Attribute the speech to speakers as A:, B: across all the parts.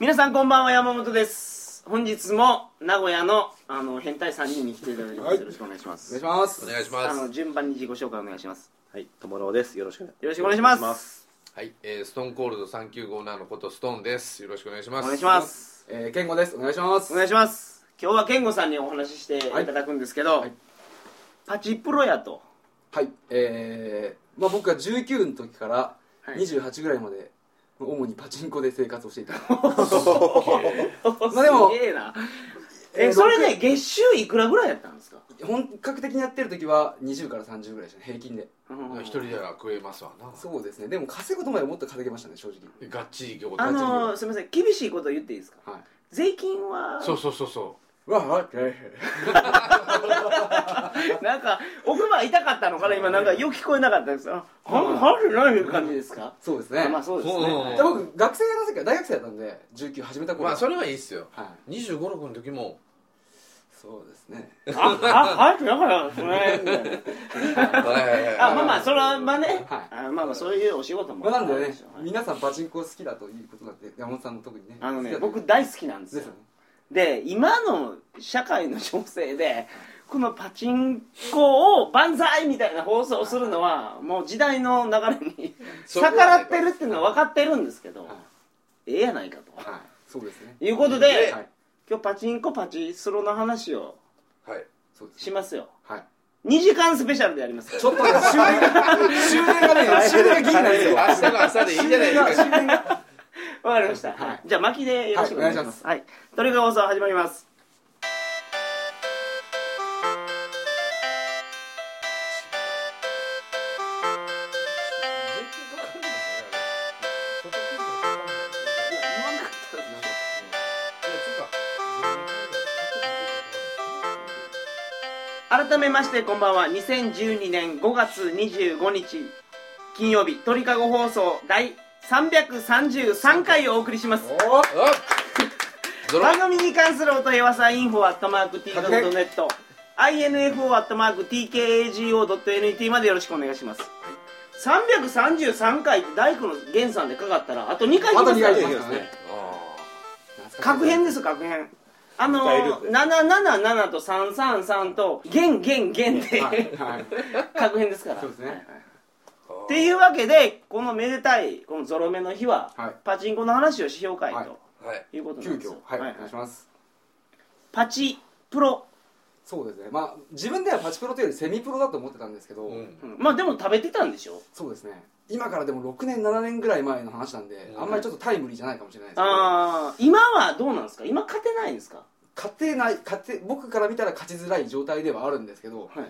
A: 皆さんこんばんは山本です本日も名古屋のあの変態3人に来ていただいてます、
B: はい
A: よろしくお願いしま
B: お願い
A: す
B: します
C: お願いし
A: あ
C: ま
A: の
C: す
A: 順番に自己紹介お願いします
D: はい、ともろうです。よろしく。
A: よろしくお願いします
C: はい、えー、ストーンコールド3957のことストーンですよろしくお願いしま
A: お
C: す
A: 願いします
B: えー、健吾ですお願いします
A: お願いします今日は健吾さんにお話ししていただくんですけど、
B: はい
A: パチプロやと
B: はいえー、まあ僕が19の時から
A: はい
B: 28ぐらいまで、主にパチンコで生活をしてい た
A: ま
B: まあでも
A: すげえな
B: え
A: え
B: ー
A: それね月収いくらぐらいやったんですか
B: 本格的にやってる時は20から30ぐらいでしたね平均で
C: ま一人では食えますわな
B: そうですねでも稼ぐことまでもっと稼げましたね正直
C: がっちり行こう
A: あ
C: がっちり行
A: の
C: こ
A: すみません厳しいこと言っていいですか
B: はい
A: 税金は
C: うそうそうそうそう
B: わはい
A: なんか奥歯痛かったのかな今なんかよく聞こえなかったですあはるないう感じですか
B: そうですね、
A: あまあそうですね
C: うん
A: はい
B: で僕学生の時は大学生だったんで19始めた頃
C: まあそれはいいっすよ
B: はい
C: 2 5六の 時も
B: そうですね
A: ああはるなかったですねみたいなあまあまあそれはまあね
B: はい
A: あまあまあそういうお仕事も
B: まあなんでね
A: はい
B: 皆さんパチンコ好きだということなんで山本さんも特にね
A: あのね
B: 好きだと
A: 僕大好きなんです
B: で
A: よ
B: すよね
A: で今の社会の情勢でこのパチンコを万歳みたいな放送をするのはもう時代の流れに逆らってるっていうのは分かってるんですけど
B: はい
A: ええやないかと
B: はいそうですね
A: いうことで
B: はい
A: 今日パチンコパチスロの話を
C: はい
B: そうです
A: しますよ
B: はい
A: 2時間スペシャルでやります
B: ちょっとね終電が終電がね終電がギリなんです
C: 明
B: よ
C: 日の朝でいいじゃない ですか
B: 終電が
A: わかりました、
B: はい
A: じゃあ巻きでよろしくお願いします,、はいトリガー放送始まります改めましてこんばんは2012年5月25日金曜日鳥かご放送第333回をお送りします
C: ゾロ
A: 番組に関するお問い合わせは info.tk.net info.tkago.net までよろしくお願いします333回って大工の源さんでかかったらあと2回
B: ま
A: 来ます
B: た二
A: から
B: 回
A: ね
B: 行きますね
A: 確変です確変あの
D: 二回ルー
A: ー、
D: プ
A: 777と333と弦弦弦で
B: はいはい
A: 確変ですから
B: そうですね
A: はいはいっていうわけでこのめでたいこのゾロ目の日は、
B: はい
A: パチンコの話をしようかい
B: はい
A: と
C: はい
A: いうことな
B: 急
A: んです
B: 遽
A: よ
B: はい
A: は
B: お
A: い
B: 願いします
A: パチプロ、
B: そうですねまあ自分ではパチプロというよりセミプロだと思ってたんですけど
C: う
A: う
C: ん
A: んまあでも食べてたんでしょ
B: そうですね今からでも6年7年ぐらい前の話なんで
C: うん
B: あんまりちょっとタイムリーじゃないかもしれないですけど
A: ああ今はどうなんですか今勝てないんですか
B: 勝てない勝て僕から見たら勝ちづらい状態ではあるんですけど
A: はい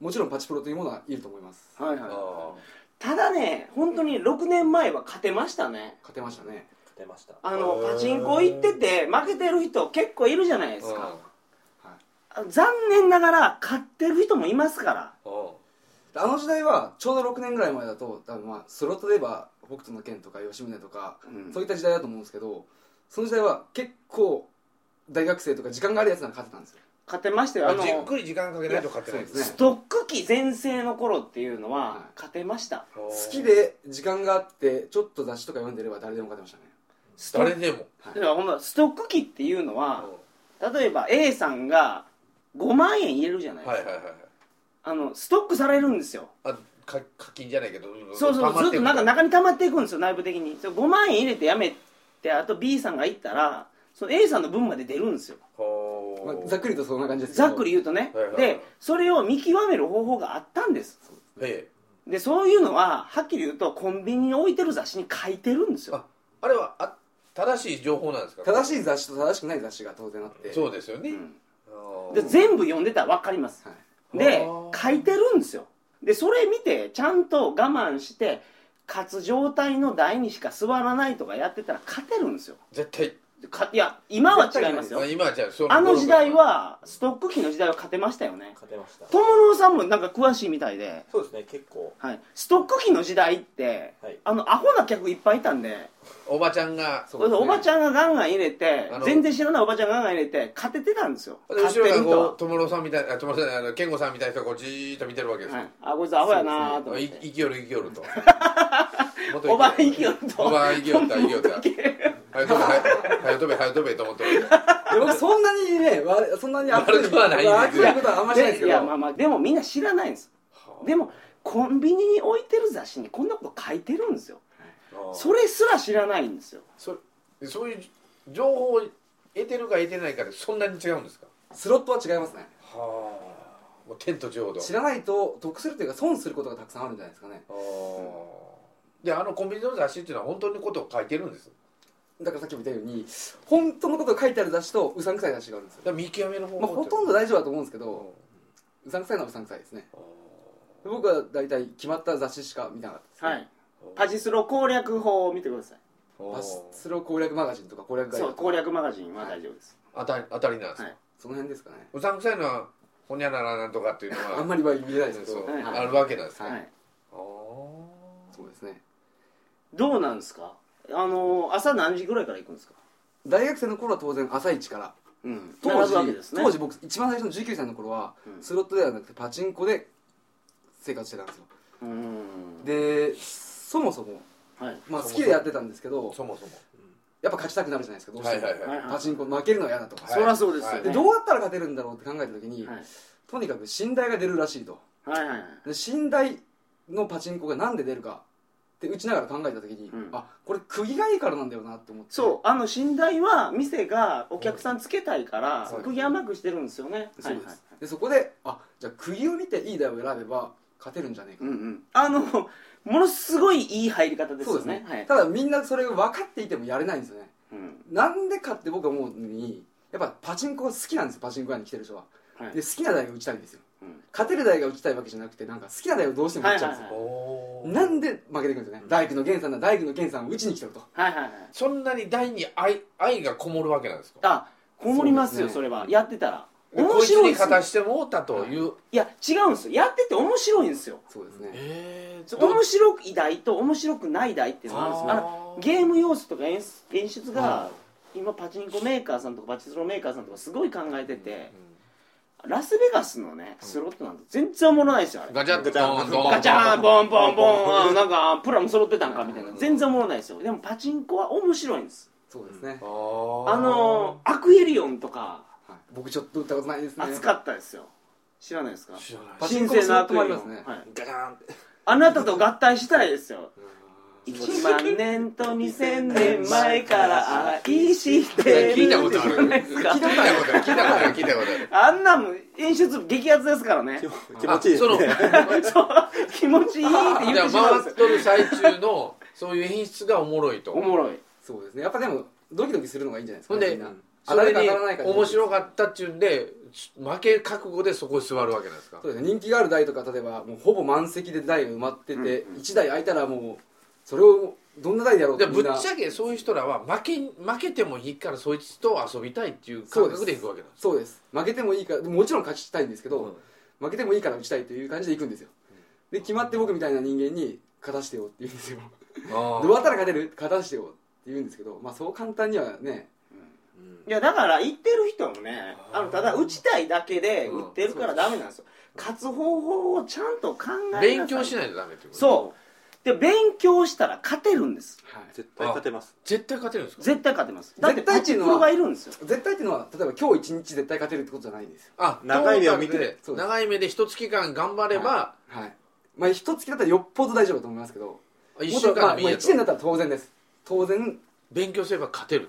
B: もちろんパチプロというものはいると思います
A: はい
C: あ
A: はい
C: ー
A: ただね本当に6年前は勝てましたね
B: 勝てましたね
D: 出ました。
A: あの
C: へー
A: パチンコ行ってて負けてる人結構いるじゃないですか
B: はい
A: あ残念ながら勝ってる人もいますから
C: うん
B: あの時代はちょうど6年ぐらい前だと多分まあスロットで言えば北斗の拳とか吉宗とか、
A: うん
B: そういった時代だと思うんですけどその時代は結構大学生とか時間があるやつなんか勝てたんですよ
A: 勝てましたよあの
C: じっくり時間かけないと勝てない
B: そうですね
A: ストック機全盛の頃っていうの
B: はい
A: は勝てました
C: 好
B: 好きで時間があってちょっと雑誌とか読んでれば誰でも勝てましたね
A: スト
C: 誰でも
A: だからほんまストック機っていうのは例えば A さんが5万円入れるじゃないです
C: はい
A: か、
C: はいはいはい
A: あのストックされるんですよ
C: あか課金じゃないけど
A: そうそうずっとなんか中に溜まっていくんですよ内部的にそれ5万円入れてやめてあと B さんが行ったらその A さんの分まで出るんですよ
B: まあ、ざっくりとそんな感じですけど
A: ざっくり言うとね
C: はいはいはい
A: でそれを見極める方法があったんです
C: え
A: でそういうのははっきり言うとコンビニに置いてる雑誌に書いてるんです
C: え
A: よ
C: ああれはあ正しい情報なんですか
B: 正
C: い
B: しい雑誌と正しくない雑誌が当然あって
C: そうですよね、
A: うん
C: あー
A: で全部読んでたら分かります
B: はい
A: で
C: あー
A: 書いてるんですよでそれ見てちゃんと我慢して勝つ状態の台にしか座らないとかやってたら勝てるんですよ
C: 絶対
A: でかいや今は違いますよ
C: あ今はじゃあそ
A: あの時代はストック機の時代は勝てましたよね
D: 勝てました。
A: 友野さんもなんか詳しいみたいで、
D: そうですね、結構。
A: はい、ストック機の時代って、
D: はい
A: あのアホな客いっぱいいたんで
C: おばちゃんが
B: そうですね
A: おばちゃんがガンガン入れて
C: あの
A: 全然知らないおばちゃんがガンガン入れて勝ててたんですよ
C: で
A: 勝
C: 後
A: て
C: ろが
A: ると
C: こう友郎さんみたいなあ友郎さんじゃないあの健吾さんみたいな人がこうじーっと見てるわけです
A: は
C: よ、
A: はい、あこいつアホやなーと
C: あ
A: 思っ
C: い
A: て、
C: 生きよる生きよ ると
A: おばん生きよると
C: おばん生きよるとは生きよるとは生きよるとははいどうもはい早飛べ早飛べと思っておる
B: や僕そんなにねわそんなに悪
C: 悪くはないんですよ
B: 悪いことはあんましないですけ
A: い
B: ど
A: やまあまあでもみんな知らないんですでもコンビニに置いてる雑誌にこんなこと書いてるんですよ それすら知らないんですよ
C: そそういう情報を得てるか得てないかでそんなに違うんですか
B: スロットは違いますね
C: はあもう天と地ほど
B: 知らないと得するというか損することがたくさんあるんじゃないですかね
C: あーであのコンビニの雑誌っていうのは本当のことを書いてるんです
B: だからさっきも言ったように本当のことが書いてある雑誌とうさんくさい雑誌があるんですよ
C: だ、から見極めの方
B: まあ、ほとんど大丈夫だと思うんですけどうさんくさいのはうさんくさいですね僕は大体決まった雑誌しか見なかったですね、
A: はいパチスロ攻略法を見てください
B: パチスロ攻略マガジンとか攻略ガイ
A: そう
B: ドとか
A: 攻略マガジンは大丈夫です、
C: 当たり当たりなんですか、
A: はいう
B: その辺ですかね
C: うさんくさいのはほにゃららなんとかっていうのは
B: あんまりは見えないですけ
C: そ
B: ど
C: う、
A: はい
C: あるわけなんですね、
A: はい
C: あー
B: そうですね
A: どうなんですかあの朝何時ぐらいから行くんですか、
B: 大学生の頃は当然朝一から
A: うん、
B: 当
A: 並
B: 時
A: ぶわけですね
B: 当時僕一番最初の19歳の頃は、
A: うん
B: スロットではなくてパチンコで生活してたんですよ
A: うん
B: でそもそも、
A: はい
B: まあ、
C: そもそ
B: 好
C: も
B: きでやってたんですけど
C: そもそも
B: やっぱ勝ちたくなるじゃないですかどうしても、
C: はいはいはい
A: はいはい
B: パチンコ負けるのは嫌だとか、
C: はい
A: そりゃそうですよね
B: でどうやったら勝てるんだろうって考えた時に、
A: はい
B: とにかく信頼が出るらしいと
A: はいはいはい
B: で信頼のパチンコがなんで出るかって打ちながら考えた時に、
A: うん
B: あこれ釘がいいからなんだよなって思って
A: そうあの寝台は店がお客さんつけたいから
B: うん
A: 釘甘くしてるんですよね
B: そうで
A: は
B: す、
A: いはい
B: でそこであじゃあ釘を見ていい台を選べば勝てるんじゃねえか
A: うんうんあのものすごいいい入り方です
B: そう
A: よ
B: ですね
A: ね、はい
B: ただみんなそれが分かっていてもやれないんですよね
A: うん
B: なんでかって僕は思うのにやっぱパチンコが好きなんですよパチンコ屋に来てる人は
A: はい
B: で好きな台が打ちたいんですよ
A: うん
B: 勝てる台が打ちたいわけじゃなくてなんか好きな台をどうしても打っちゃうんですよ、
A: はい
C: おー
B: なんで負けてくるんですよね大工の源さんなら大工の源さんを打ちに来てると
A: はいはいはい
C: そんなに大に愛愛がこもるわけなんですか
A: あこもります
B: そう
A: よ
B: です
A: そ
B: ね
A: れはやってたら
C: で
A: 面白い
C: こい
A: で
C: つ
A: す
C: に勝
A: よ
C: たしてもうたという、
A: いや違うんですよやってて面白いんですよ
B: そうですね
C: えー、
A: 面白い台と面白くない台っていうのはあるんですよあの
C: あ
A: ゲーム要素とか演出演出が今パチンコメーカーさんとかパチスロメーカーさんとかすごい考えててラスベガスのねスロットなんて全然おもろないですよあれ
C: ガチャッとドンドン
A: ガチャンボンボンボンあ
C: ン
A: なんかプラも揃ってたんかみたいな全然おもろないですよでもパチンコは面白いんです
B: そうですね、
C: あ
A: あのアクエリオンとか
B: はい、僕ちょっと打ったことないですね
A: 熱かったですよ知らないですか
C: ー知らない
B: パチンコもスロットもありますね
A: 新生のアクエリオンはい
D: ガチャーンって
A: あなたと合体したいですよ1万年と2000年前から愛してる
C: 聞いたことある
A: じゃないですか
C: 聞いたことある聞いたことある聞いたことある
A: あんなんも演出激アツですからね
D: 気持ちいい ですね
C: あ
A: そう気持ちいいって
C: その
A: 言
C: じ
A: って
C: ゃ
A: しまうんで
C: あ回っ
A: すよ
C: とる最中のそういう演出がおもろいと
A: おもろい
B: そうですねやっぱでもドキドキするのがいいんじゃないですか
C: ほんで
B: みな
C: それに
B: 当たるか当たらないか
C: 面白かったっちゅうんで負け覚悟でそこに座るわけなんですか
B: そうですね人気がある台とか例えばもうほぼ満席で台が埋まってて、一1台空いたらもうそれをどんな台でやろうっ
C: で
B: て
C: ぶ
B: み
C: っ
B: んな
C: ちゃけそういう人らは負け負けてもいいからそいつと遊びたいっていう感覚でいくわけなんです
B: そうです負けてもいいからもちろん勝ちたいんですけど、
C: うん
B: 負けてもいいから打ちたいという感じで行くんですよで決まって僕みたいな人間に勝たしてよって言うんですよ
C: あ
B: どうやったら勝てる勝たしてよって言うんですけどまあそう簡単にはね
A: いやだから言ってる人もねあのただ打ちたいだけで打ってるからダメなんですよ勝つ方法をちゃんと考えなさい
C: 勉強し
A: い
C: ないとダメってこと
A: そうで勉強したら勝てるんです
B: はい
D: 絶対勝てます
C: 絶対勝てるんですか
A: 絶対勝てますだって
B: 絶対
A: パ
B: って
A: チ
B: いう
A: プ
B: のは
A: ロがいるんですよ
B: 絶対っていうのは例えば今日一日絶対勝てるってことじゃないんですよ
C: あ
D: 長い目を見て
C: トータルで
B: そうです
C: 長い目で一月間頑張れば
B: はいまあ一月だったらよっぽど大丈夫だと思いますけど
C: 一
B: もっ
C: 週
B: とま
C: 間
B: あ
C: で
B: ま
C: も
B: あ
C: い
B: 1
C: いやと
B: 年だったら当然です当然
C: 勉強すれば勝てる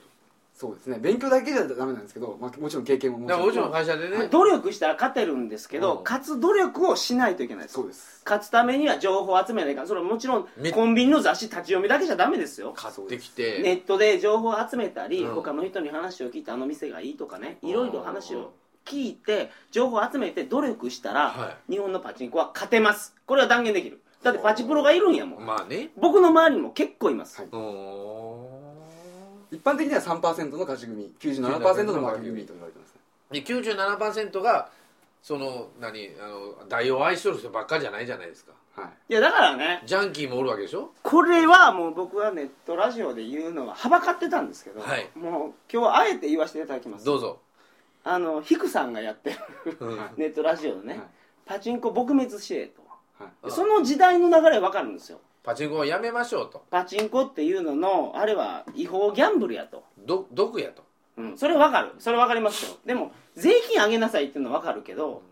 B: そうですね勉強だけじゃダメなんですけど、まあ、もちろん経験もも
C: と
B: ち
C: だ
B: ろ
C: か
B: ん
C: らもちろん会社でね
A: 努力したら勝てるんですけど、
C: うん
A: 勝つ努力をしないといけないです
B: そうです
A: 勝つためには情報を集めないからそれはもちろん
C: め
A: コンビニの雑誌立ち読みだけじゃダメですよ
C: 買ってきて
A: ネットで情報を集めたり、
C: うん
A: 他の人に話を聞いてあの店がいいとかね
C: うん
A: いろいろ話を聞いて情報を集めて努力したら、
C: は
A: 日本のパチンコは勝てますこれは断言できるだってパチプロがいるんやもん、
C: まあね
A: 僕の周りにも結構います、
B: はいう
C: ーん
B: 一般的には3%の勝ち組97%の負け組と言われてますね
C: で97%がその何あの代を愛しとる人ばっかじゃないじゃないですか
B: はい
A: いやだからね
C: ジャンキーもおるわけでしょ
A: これはもう僕はネットラジオで言うのははばかってたんですけど、
C: はい
A: もう今日はあえて言わせていただきます
C: どうぞ、
A: あのヒクさんがやってる
C: うん
A: ネットラジオのね、
B: はい
A: パチンコ撲滅指令と、
B: はい
A: その時代の流れ分かるんですよ
C: パチンコをやめましょうと
A: パチンコっていうののあれは違法ギャンブルやと、
C: ど毒やと
A: うん、それわかるそれわかりますよでも税金上げなさいっていうのはわかるけど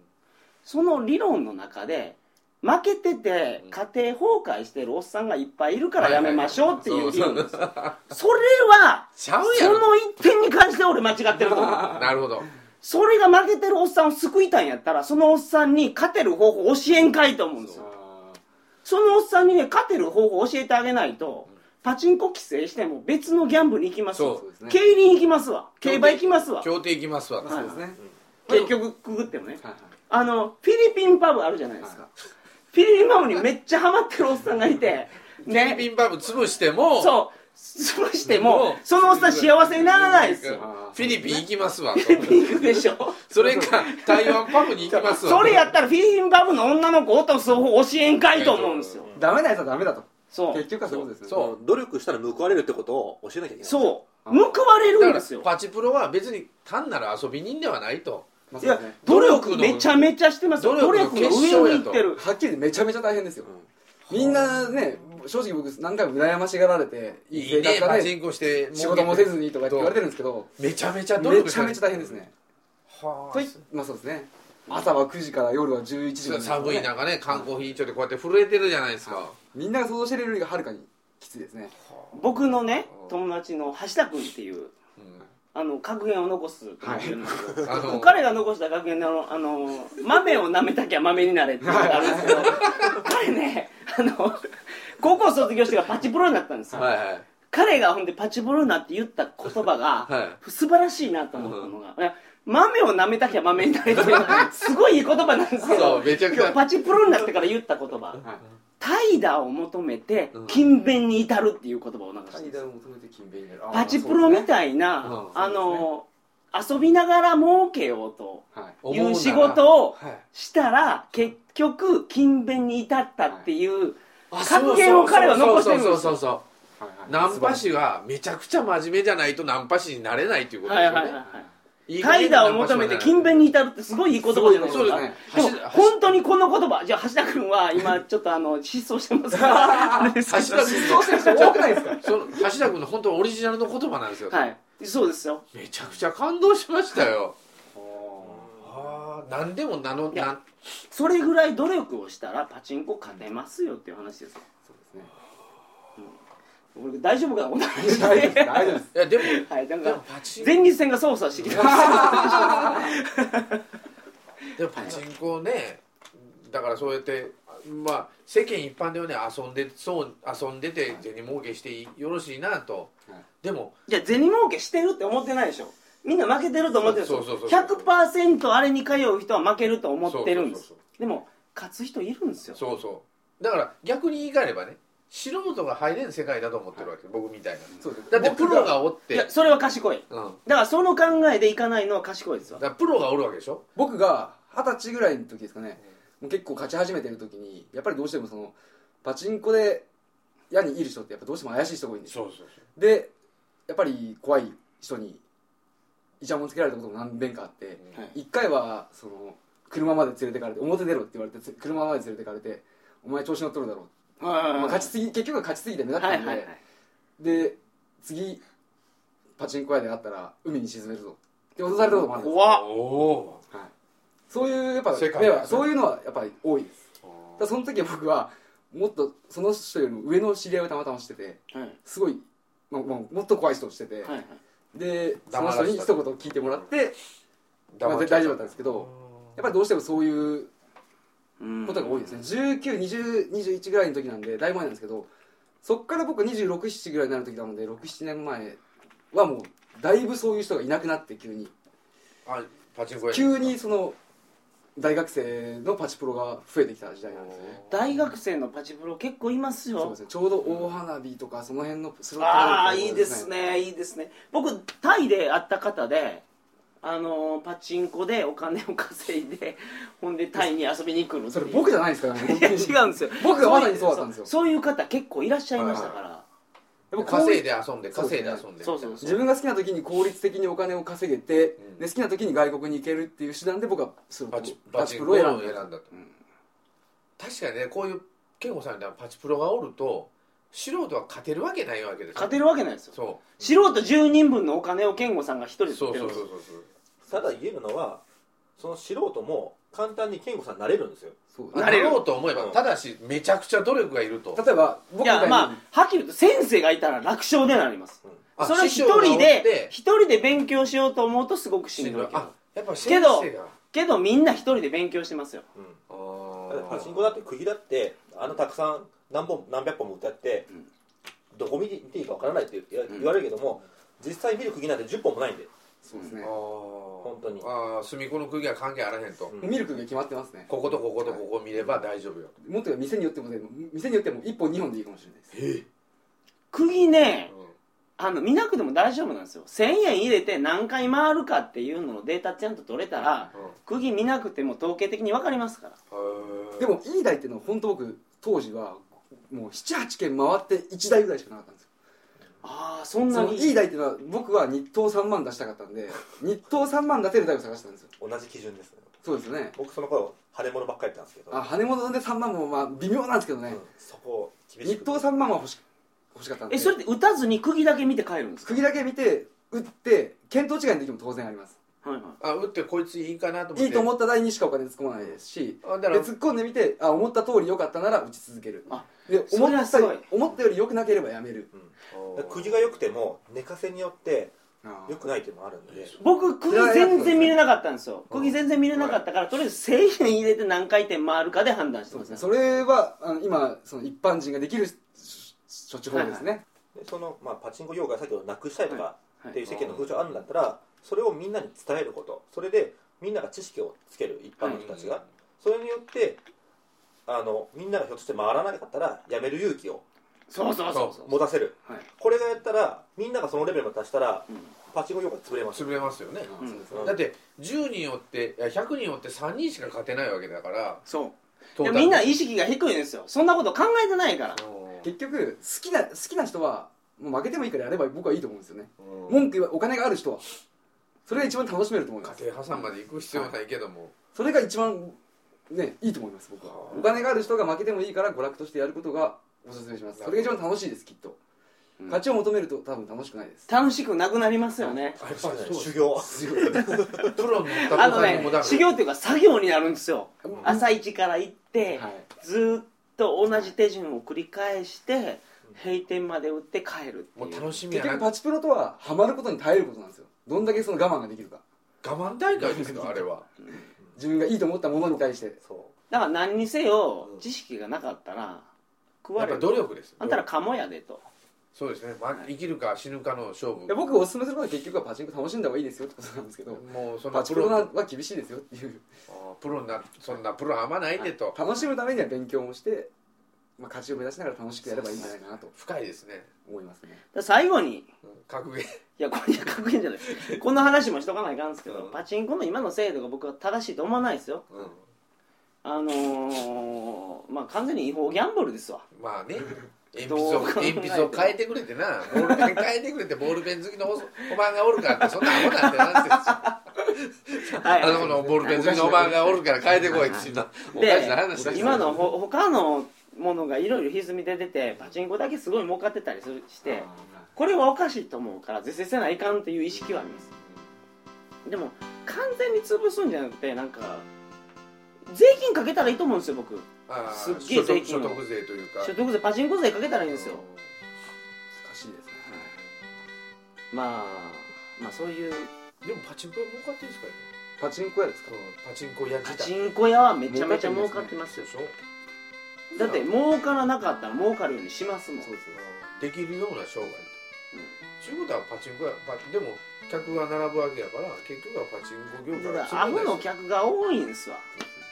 A: その理論の中で負けてて
C: うん
A: 家庭崩壊してるおっさんがいっぱいいるからやめましょうっていう理論です
C: そそ
A: それは
C: ちゃうや
A: そ
C: ろ
A: の一点に関して俺間違ってると思う
C: なるほど
A: それが負けてるおっさんを救いたいんやったらそのおっさんに勝てる方法教えんかいと思うんですよそのおっさんにね勝てる方法教えてあげないとパチンコ規制しても別のギャンブルに行きますわ
C: そう
B: ですね
A: 競輪行きますわ競馬行きますわ
C: 競艇行きますわ
B: まあそうですねはい
A: 結局くぐってもね
B: はい
A: あのフィリピンパブあるじゃないですか、フィリピンパブにめっちゃハマってるおっさんがい て
C: ピン
A: ね
C: ピンパブ潰しても
A: そうそうして
C: も
A: も
C: う
A: そのおっさん幸せにならないですよ
B: あー
C: フィリピン行きますわと
A: ピンクでしょ
C: それか台湾パブに行きますわと
A: それやったらフィリピンパブの女の子を落とす方法教えんかいと思うんですよ
B: ダメなやつはダメだと
A: そう
B: 結局はそういうことですよね
C: そ
D: 努力したら報われるってことを教えなきゃいけない
A: そう報われるん
C: だか
A: です
C: ら
A: よ
C: パチプロは別に単なる遊び人ではないと
B: まあ
A: い
B: そうで
A: や
B: すね
A: 努
C: 努力
A: 力
C: の
A: めちゃめちゃしてますよ
C: 努
A: 努
C: 力
A: 力
C: の
A: の
C: 結晶
A: 上
C: や
A: に行
C: と
A: ってる
B: はっきり言ってめちゃめちゃ大変ですよみんなね正直僕何回も羨ましがられていい
C: いい
B: 生
C: ね
B: 活が
C: パ
B: ね
C: チンコして
B: 仕事もせずにとかって言われて
C: る
B: るんですけど
C: めちゃめちゃ努
B: め
C: 力し
B: ち
C: た
B: ゃめちゃ大変ですね
C: はあ
B: といまあそうですね朝は9時から夜は11時までですからね
C: 寒い中ね缶コーヒーちょっとこうやって震えてるじゃないですか
B: みんなが想像してるよりがはるかにきついですね
A: 僕のね友達の橋田君っていうあの格言を残すって言ってるんですけど、
C: はいあの
A: 彼が残した格言であのあの豆を舐めたきゃ豆になれっていうのがあるんですけど彼ねあの高校卒業してからパチプロになったんですよ、
C: はいはい
A: 彼がほんでパチプロになって言った言葉が、
C: は
A: 素晴らしいなと思ったのが、いや豆を舐めたきゃ豆になれっていうの はすごいいい言葉なんですけ
C: そ
A: ど
C: うめちゃくちゃ
A: 今日パチプロになってから言った言葉
B: はい
A: 怠惰を求めて
C: うん
A: 勤勉に至るっていう言葉をなんかしてる
B: 最大を求めて勤勉になる
A: パチプロみ
B: い
A: たいな、
C: うんそうですね
A: あの遊びながら儲けようと
B: はい
A: い
C: 思う
A: う仕
C: を
A: 事を
C: はい
A: したら結局勤勉に至ったっていう、格言を彼は残してるんです
C: そ
A: よ
C: うそうそうそう
B: はいはい
C: ナンパ師はめちゃくちゃ真面目じゃないとナンパ師になれないっていうこと
A: は
C: です
A: い
C: よ
A: はい
C: ね、
A: はいはい
C: いい加
A: 怠
C: 減な
A: 惰を
C: ナンパ師
A: 求
C: はな
A: め
C: れな
A: て
C: い
A: 勤勉に至るってすごいいい言葉じゃないです
C: そ
A: か
C: うですね
A: でも
C: 橋田
A: 本当にこの言葉じゃあ橋田君は今ちょっとあの失踪してますから あれですけど
C: 橋田君の
B: そうしてる人多くないですか
C: その橋田君の本当オリジナルの言葉なんですよ、
A: はいそうですよ
C: めちゃくちゃ感動しましたよ
B: は
C: ああ何でもなの
A: いや
C: なん
A: それぐらい努力をしたらパチンコ勝てますよっていう話ですよ
B: あそうですね
A: 俺大丈夫かなこの話
B: 大丈夫で す大丈夫です
C: いやでも
A: はいなん
C: でも
A: か
C: パチン
A: 前立腺が操作してきて ます
C: でもパチンコねだからそうやってまあ世間一般ではね遊んでそう遊んでて銭儲けしていよろしいなと、
B: はい
C: でも
A: じゃあ銭儲けしてるって思ってないでしょみんな負けてると思ってるんですよ
C: そうそうそうそう
A: 100%あれに通う人は負けると思ってるんです
C: そうそう
A: でも勝つ人いるんですよ
C: そうそうだから逆に言い換えればね素人が入れん世界だと思ってるわけ、僕みたいな
B: そうです
C: だってプロ
B: 僕
C: がおって
A: いやそれは賢い
C: うん、
A: だからその考えでいかないのは賢いです
C: だ
A: わ
C: からプロがおるわけでしょ
B: 僕が二十歳ぐらいの時ですかねもう結構勝ち始めてる時にやっぱりどうしてもそのパチンコで矢にいる人ってやっぱどうしても怪しい人が多いんですよ
C: そうそう
B: でやっぱり怖い人にイチャモンつけられたことも何遍かあって
C: ん
A: はい
B: 一回はその車まで連れてかれて表出ろって言われてつ車まで連れてかれてお前調子乗っとるだろう、まあ、勝ちすぎ結局は勝ちすぎて目立った
A: は
B: ん
A: い
B: で、
A: はいはい
B: で次パチンコ屋で会ったら海に沈めるぞって脅されたこともあるんですよ
A: 怖っ
C: おお
B: はい、そういうやっぱ
C: 世界
B: 目
C: で
B: は
C: すね
B: そういうのはやっぱり多いですだからその時は僕はもっとその人よりも上の知り合いをたまたましてて
A: はい
B: すごい、まあまあ、もっと怖い人をして
A: は
B: て、
A: いはい
B: でそ
C: 黙
B: の
C: らせた
B: 人に一言聞いてもらって、まあ、大
C: 黙っちゃ
B: 丈夫だったんですけどやっぱりどうしてもそういうことが多いですね192021ぐらいの時なんでだいぶ前なんですけどそっから僕2627ぐらいになる時なので67年前はもうだいぶそういう人がいなくなって急に
C: あパチンコ屋
B: 急にその大学生のパチプロが増えてきた時代なんですね
A: 大学生のパチプロ結構います
B: そうで
A: よ
B: すねちょうど大花火とかその辺のスロット
A: ああ
B: なん
A: い
B: か
A: い
B: も
A: ですねいいですね僕タイで会った方であのーパチンコでお金を稼いで ほんでタイに遊びに来るって
B: そ
A: い
B: れ
A: う
B: 僕じゃないですからね本
A: い
B: 当
A: や
B: に
A: 違うんですよ
B: 僕がまさにそうだったんですよ
A: そうそういう方結構いらっしゃいましたから、
B: でもこう
C: 稼いで遊んで
B: そうで
C: 稼
B: す
C: いで
B: ね
C: 遊んで
A: そうそうそう
B: 自分が好きな時に効率的にお金を稼げて、
C: うん
B: で好きな時に外国に行けるっていう手段で僕はその
C: パチ
B: パ
C: パ
B: チ
C: チ
B: プ
C: プ
B: ロ
C: ロ
B: を
C: を
B: 選
C: 選
B: ん
C: ん
B: だ
C: だと、確かにねこういう健吾さんみたいなパチプロがおると素人は勝てるわけないわけですよ
A: 勝てるわけないですよ
C: そ
A: 素人10人分のお金を健吾さんが一人
C: う
A: で
C: そ
A: 取っ
C: う
A: てる
C: そ
A: ん
C: う
A: で
C: そう
A: す
C: そ
A: よ
C: う
D: ただ言えるのはその素人も簡単に健吾さんなれるんですよ
B: そう
C: そうなれろうと思えばただしめちゃくちゃ努力がいると
B: 例えば
A: い
B: 僕みたい
A: や
B: に
A: まあはっきり言うと先生がいたら楽勝でなります
C: あ
A: それは
C: 師
A: 一
C: 匠がおって
A: 人で一人で勉強しようと思うとすごくしんどいけど
C: あやっぱ先
A: け
C: 生
A: ど
C: が
A: けどみんな一人で勉強してますよ
D: うん、うん
C: あ
D: だってパチン
C: ー
D: コだって釘だってあのたくさん何本何百本も売ってあって、
A: ん
D: どこ見ていいかわからないって言わ
A: ん
D: 言われるけども、実際見る釘なんて10本もないんで
B: そうですね
C: あ本
D: 当に
C: ああ隅っこの釘は関係あらへんと、
D: うん
B: ミルクが決まってますね
C: こことこことここ見れば大丈夫よ、
B: もっと言えば店によってもね店によっても1本2本でいいかもしれないです
A: 釘ね
C: うん
A: あの見なくても大丈夫なんですよ1000円入れて何回回るかっていうののデータちゃんと取れたら釘見なくても統計的に分かりますから
C: うん
B: でもいい台っていうのは本当僕当時はもう78軒回って1台ぐらいしかなかったんですよ
A: ああそん
B: そ
A: な
B: の
A: に
B: いい台っていうのは僕は日当3万出したかった んで日当3万出せる台を探したんですよ
D: 同じ基準ですね
B: そうですよね
D: 僕その頃腫れ物ばっかりやってたんですけど
B: あ羽物で3万もまあ微妙なんですけど
D: う
B: ね
D: ん、そこを厳し
B: 日
D: く
B: 当3万は欲し欲しかったんで
A: えそれって打たずに釘だけ見て帰るんですか
B: 釘だけ見て打って見当違いの時も当然あります
A: はいはい
C: あ打ってこいついいかなと思って
B: い
C: い
B: いと思った台にしかお金突っ込まないですし
C: あ
B: で
C: だから
B: 突っ込んでみてあ思った通り良かったなら打ち続ける
A: あ
B: で
A: そ
B: 思
A: れは
B: っ
A: す
B: た
A: ごい
B: 思ったより良くなければやめる
D: だから釘が良くても寝かせによって
B: あ
D: 良くないっていうのもあるんで
A: 僕釘全然見れなかったんですよ
C: うん
A: 釘全然見れなかったからとりあえず1000円入れて何回転回るかで判断して
B: そう
A: ま
B: ですすね
A: ね
B: それはあの今その一般人ができる処置法ですね、
D: でその、まあ、パチンコ業界先ほどなくしたいとか
A: はい
D: っていう世間の風潮があるんだったら、それをみんなに伝えることそれでみんなが知識をつける一般の人たちが、それによってあのみんながひょっとして回らなかったらやめる勇気を
A: そうそうそうそう
D: 持たせる
A: はい
D: これがやったらみんながそのレベルまで達したら、
A: うん
D: パチンコ業界潰れます
C: 潰れますよね、
B: ああ
A: うん
B: そうです
D: うん
C: だって10人おっていや100人おって3人しか勝てないわけだから
A: そう
C: ト
A: い
C: ー
A: や
C: タル
A: みんな意識が低いんですよそんなこと考えてないから
C: う
B: 結局好きな好きな人はもう負けてもいいからやれば僕はいいと思うんですよね
C: んうん
B: 文句言わお金がある人はそれが一番楽しめると思いま
C: 家
B: す
C: 庭破産まで行く必要はないけども、
B: それが一番ねいいと思います僕は
C: はあ
B: お金がある人が負けてもいいから娯楽としてやることがおすすめしますそれが一番楽しいですきっと、
A: うん
B: 勝ちを求めると多分楽しくないです
A: 楽しくなくなりますよね
C: やっぱりそう
D: 修行
C: プロの歌
A: あ
C: 子
A: の
C: さんに
A: ね
C: もだから
A: 修行っていうか作業になるんですよ
B: うん
A: 朝一から行って
B: はい
A: ずーっと同じ手順を繰り返して閉店まで打って帰るって
C: もう
A: いう
C: 楽しみ
B: 結
C: やな
B: 局
C: 我
B: パチプロとはハマることに耐えることなんですよどんだけその我慢ができるか
C: 慢大会ですよあれは
B: 自分がいいと思ったものに対して
D: そ
A: だから何にせよ
C: うん
A: 知識がなかったら食
C: や
A: わ
C: っ
A: れ
C: ぱ
A: る
C: 努力です
A: あんたらカモやでと
C: そうですね、ま生きるか死ぬかの勝負
B: いや僕おすすめすることは結局はパチンコ楽しんだ方がいいですよってことなんですけど
C: もうその
B: パチ
C: プ
B: プロ
C: ロ
B: は厳しいですよっていう
C: あープロになそんなプロあんまないでと、
B: 楽しむためには勉強もして、まあ、勝ちを目指しながら楽しくやればいいんじゃないかなと
C: 深いですね
B: 思いますね
A: だから最後に
C: うん格言
A: いやこれ格言じゃないこの話もしとかないかんですけど
C: うん
A: パチンコの今の制度が僕は正しいと思わないですよ
C: うん
A: あのー、まあ完全に違法ギャンブルですわ
C: まあ ね鉛筆
A: ど
C: を
A: う考え
C: 鉛
A: ても
C: 筆を変えてくれてなボールペン変えてくれてボールペン好きのお おばんがおるからってそんなアホなんてなんですよ
A: はい
C: あの子のボールペン好きのおばんがおるから変えてこいってそんなおかしな話です
A: で今のほ他のものがいろいろ歪みで出てパチンコだけすごい儲かってたりするしてこれはおかしいと思うから是正せないかんっていう意識はありますでも完全に潰すんじゃなくてなんか税金かけたらいいと思うんですよ僕
C: あー
A: すっげえ税金
C: 所
A: を
C: 得所得税というか
A: 所得税パチンコ税かけたらいいんですよ
B: 難しいですね
A: まあまあそういう
C: でもパチンコは儲かってるんですかね
B: パチンコ屋ですか
C: パチンコやって
A: パ
C: た
A: チンコ屋はめちゃめちゃ儲かってます
C: で
A: よ
C: しょ
A: だって儲からなかったら儲かるようにしますもん
B: そうですよ
C: できるような商売ということはパチンコやパでも客が並ぶわけやから結局はパチンコ業界
A: だ
C: は
A: からアホの客が多いんですわ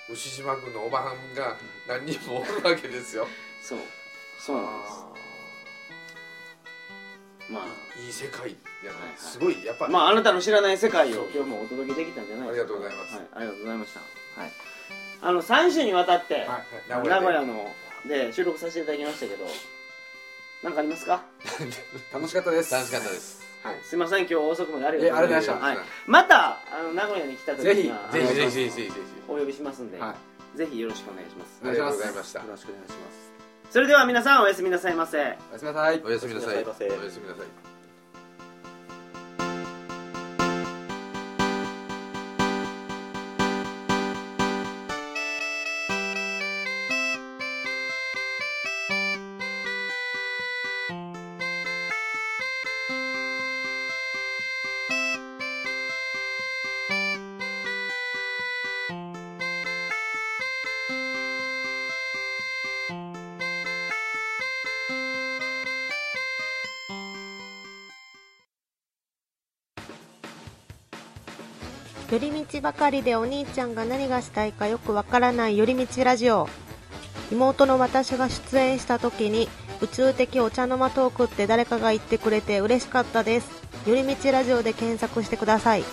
C: 牛島君のおばはんが何人もおるわけですよ
A: そうそうなんですま
C: いい世界じゃ
A: はい
C: な
A: はい
C: いすごいやっぱ
A: あまああなたの知らない世界
C: そ
A: を
C: うそ
A: 今
C: う
A: 日もお届けできたんじゃないですか
C: ありがとうございます
A: はい、ありがとうございました、はい、あの3週にわたって、
B: はい
A: 名古
C: で
A: 屋ので収録させていただきましたけど何かありますか
B: 楽しかったです
C: 楽しかったです
B: はい
A: すいません今日遅くまでありがとうございました
B: え
A: はまたあの名古屋に来た時には
B: ぜ
C: ぜ
B: ひ
C: ひ
A: あの
C: ぜひぜひぜひぜ
A: お呼びしますんで、
B: ひはい
A: ぜひよろしくお願いします
C: ひありがとうございまし
D: う
C: た
D: よろしくお願いします
A: それでは皆さんおやすみなさいませ
B: おやすみなさい
C: おやすみなさい
D: おやすみなさい
C: おやすみなさい
E: 寄り道ばかりでお兄ちゃんが何がしたいかよくわからない寄り道ラジオ妹の私が出演した時に宇宙的お茶の間トークって誰かが言ってくれて嬉しかったです寄り道ラジオで検索してください